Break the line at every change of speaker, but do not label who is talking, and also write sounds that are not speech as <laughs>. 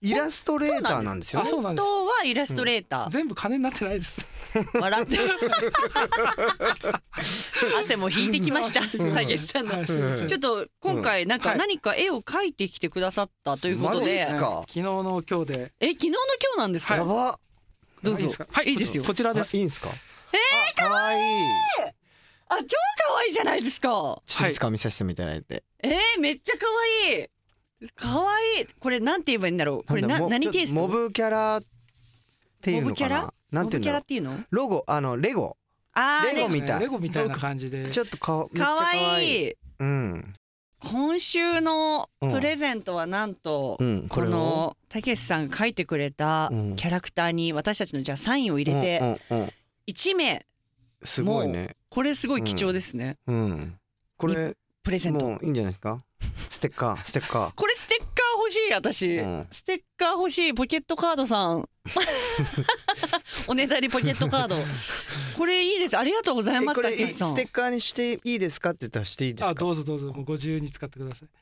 イラストレーターなんですよ
あ
ね
そう
本
なんです
当はイラストレーター、
全部金になってないです。
笑って
<laughs>
汗も引いてきました
<laughs>
たけしさんの、
はいすいません
ちょっと今回なんか
はい
何か絵を描いてきてくださったということ
マジ
で、
っすか
昨日の今日で。
え昨日の今日なんですか、
やば
どう
いい
ぞ
ですかはい
いいですよ
こちらです
あいいんすかえー、かわいい
あ超可愛いじゃないですか
ちょっといいですか見させていただいて
えー、めっちゃ可愛い可愛いこれなんて言えばいいんだろうこれ
なん
な
だモ
何テイスト
ちょっとモブキャラっていうのか
モブキャラ
ななんていうん
モ
だろ
ブキャラっ
う
ていうの
ロゴあのレゴ
あー
レゴみたい
レゴみたいな感じで。
ちょっとかめっちゃ
可
可愛
愛い
いうん
今週のプレゼントはなんと、
うん
こ
れを
のたけしさんが書いてくれた
うん
キャラクターに私たちのじゃあサインを入れ
う
て
んうんうん
1名
すごいね
これすごい貴重ですね、
うんこれ
プレゼント
もういいんじゃないですかステッカーステッカ
これステッカー欲しい私、
うん
ステッカー欲しいポケットカードさ
<laughs>
んおねだりポケットカードこれいいですありがとうござい
ーえ
ます
こ
た
れ
けしさ
ス
ん
テッカーにしていいですかって言ったらしていいですか
あどうぞどうぞもうご自由に使ってください。